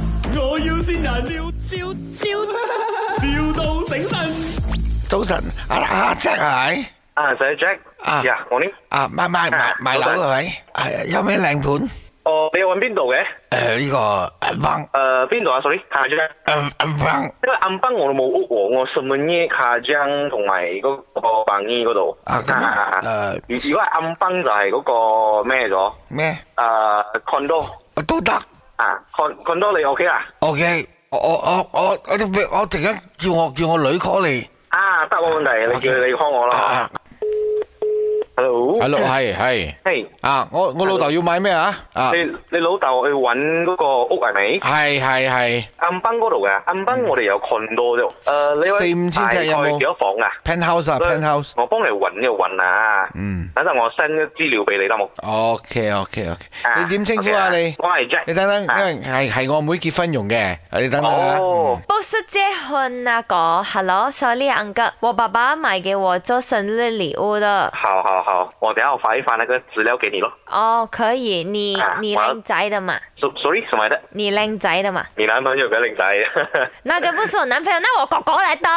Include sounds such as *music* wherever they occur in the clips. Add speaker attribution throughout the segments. Speaker 1: 要先人，笑笑笑，,笑到醒神。
Speaker 2: 早晨，阿阿 Jack 係咪
Speaker 3: 啊，細 À, Jack，Dạ,
Speaker 2: 啊
Speaker 3: 呀，我呢？
Speaker 2: 啊買買買買樓係咪？係有咩靚盤？
Speaker 3: 哦，你又揾邊度嘅？
Speaker 2: 誒呢個銀邦
Speaker 3: 誒邊度啊？sorry，卡 Ờ, à, 江，
Speaker 2: 銀銀邦
Speaker 3: 因為暗崩我都冇屋喎，我順問耶卡江同埋嗰個白衣嗰度。
Speaker 2: 啊咁
Speaker 3: 啊
Speaker 2: 誒
Speaker 3: 如如果係暗崩就係嗰個咩咗？
Speaker 2: 咩？
Speaker 3: 誒 À, condo
Speaker 2: 都得
Speaker 3: 啊，con condo 你 OK à? 啦？
Speaker 2: Ờ, ，OK。我 Ờ, 我我我我我陣間叫我叫我女 call 你。
Speaker 3: 啊，得冇問題，你叫你 call 我啦。
Speaker 2: 啊
Speaker 3: Hello，
Speaker 4: 系
Speaker 2: à.
Speaker 4: 咯，系系
Speaker 3: 嘿，
Speaker 4: 啊！我我老豆要買咩啊？啊，
Speaker 3: 你你老豆去揾嗰個屋係咪？
Speaker 4: 係係係
Speaker 3: 暗崩嗰度嘅，暗崩我哋有 condo Ờ, 啫。誒，你
Speaker 4: 四五千尺有冇
Speaker 3: 大概幾多房啊？
Speaker 4: penthouse 啊，penthouse。
Speaker 3: Vâng. 我幫你揾就揾啊。
Speaker 4: 嗯
Speaker 3: 等陣我 send 啲資料俾你得冇？
Speaker 4: ，OK OK OK。
Speaker 3: 啊
Speaker 4: 你點稱呼啊
Speaker 3: À, OK
Speaker 4: 你？
Speaker 3: 我係 Jack。
Speaker 4: 你等等，
Speaker 3: 啊
Speaker 4: 因為係係我妹結婚用嘅，你等等啊。
Speaker 3: 哦，
Speaker 5: 不是结婚那个，Hello，sorry，安哥，我爸爸买给我做生日礼物的。
Speaker 3: 好好好，我等一下我发一发那个资料给你咯。
Speaker 5: 哦，可以，你
Speaker 3: 啊
Speaker 5: 你
Speaker 3: 我要
Speaker 5: 靓仔的嘛，
Speaker 3: So- Sorry，什么来的？
Speaker 5: 你靓仔的嘛，
Speaker 3: 你男朋友比较靓
Speaker 6: *laughs*
Speaker 3: 仔，。
Speaker 5: 那个不是我男朋友，那我狗狗来的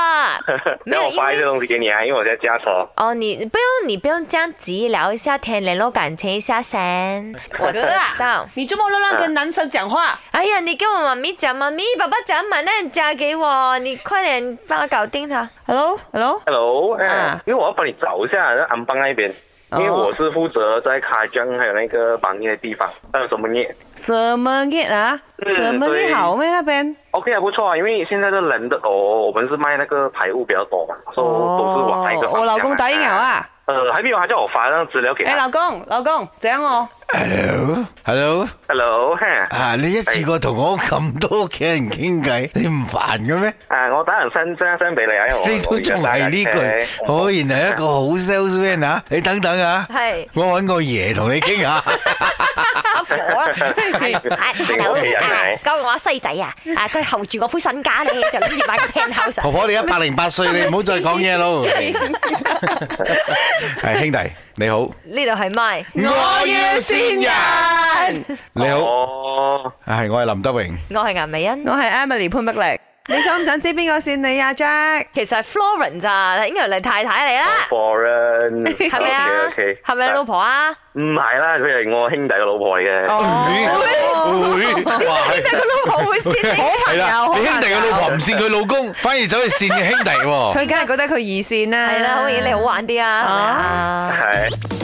Speaker 3: 等我发一些东西给你啊，因为我在驾车。
Speaker 5: 哦，你不用，你不用这样急，聊一下天，联络感情一下先。我知
Speaker 6: 哥啊
Speaker 5: 道，。
Speaker 6: 你这么乱乱跟男生讲话，
Speaker 5: 哎呀，你跟我妈咪讲，妈咪，爸爸讲买那人嫁给我，你快点帮我搞定
Speaker 6: *laughs*
Speaker 5: 他。
Speaker 6: Hello Hello，
Speaker 3: Hello，哎、
Speaker 6: 啊
Speaker 3: 因为我要帮你找一下那安邦那边。因
Speaker 6: 哦
Speaker 3: 为我是负责在卡江还有那个榜业的地方，还有什么业
Speaker 6: 什么业啊？
Speaker 3: 嗯
Speaker 6: 什么业好咩那边？
Speaker 3: ？OK 啊，不错啊，因为现在的人的哦，我们是卖那个排物比较多嘛，所以都是往那个方向啊、
Speaker 6: 哦我老公打应了啊！
Speaker 3: 呃，还没有，他叫我发那资料给
Speaker 6: 诶，
Speaker 3: 他。
Speaker 6: 老公老公，怎样哦？
Speaker 2: Hello hello。À,
Speaker 3: Hello，嘿
Speaker 2: 啊！你一次過同我咁多屋企人傾偈，你唔煩嘅咩？
Speaker 3: 啊，我打人 send send send 俾你啊，因為我
Speaker 2: 呢都仲係呢句，
Speaker 3: 我
Speaker 2: 果然係一個好 salesman 啊！你等等啊，
Speaker 5: 係
Speaker 2: 我揾個爺同你傾下。
Speaker 3: *laughs*
Speaker 5: 阿婆啊，哎
Speaker 3: 你屋企人嚟
Speaker 5: 救我衰仔啊！啊，佢候住我夫身家咧， *laughs* 就諗住買個 penthouse
Speaker 2: 婆
Speaker 5: 啊。
Speaker 2: 婆你一百零八歲，你唔好再講嘢咯。係兄弟，你好，
Speaker 5: 呢度係咪？
Speaker 2: 我要先人。你好，
Speaker 3: 哦，
Speaker 2: 係我係林德榮。
Speaker 5: 我係顏美欣
Speaker 3: *laughs*
Speaker 6: 我。系 Emily 潘碧麗，你想唔想知边个线你啊，Jack？
Speaker 5: 其實係 Florence 咋，應該係你太太嚟啦，
Speaker 3: 博人係
Speaker 5: 係咪啊？
Speaker 3: ？OK，
Speaker 5: 係咪你老？婆啊？
Speaker 3: 唔係啦，佢係我兄弟嘅老婆嚟嘅。
Speaker 2: 哦咦咦哇係
Speaker 5: 佢老婆會先
Speaker 6: 好朋
Speaker 2: 係
Speaker 6: 友，
Speaker 2: 啦，
Speaker 6: 好
Speaker 2: 你兄弟
Speaker 6: 朋友
Speaker 2: 嘅老婆唔善佢老公，反而走去善嘅兄弟喎。
Speaker 6: 佢梗係覺得佢二線啦。
Speaker 5: 係啦，好嘢，你好玩啲啊，係咪啊？
Speaker 3: 係。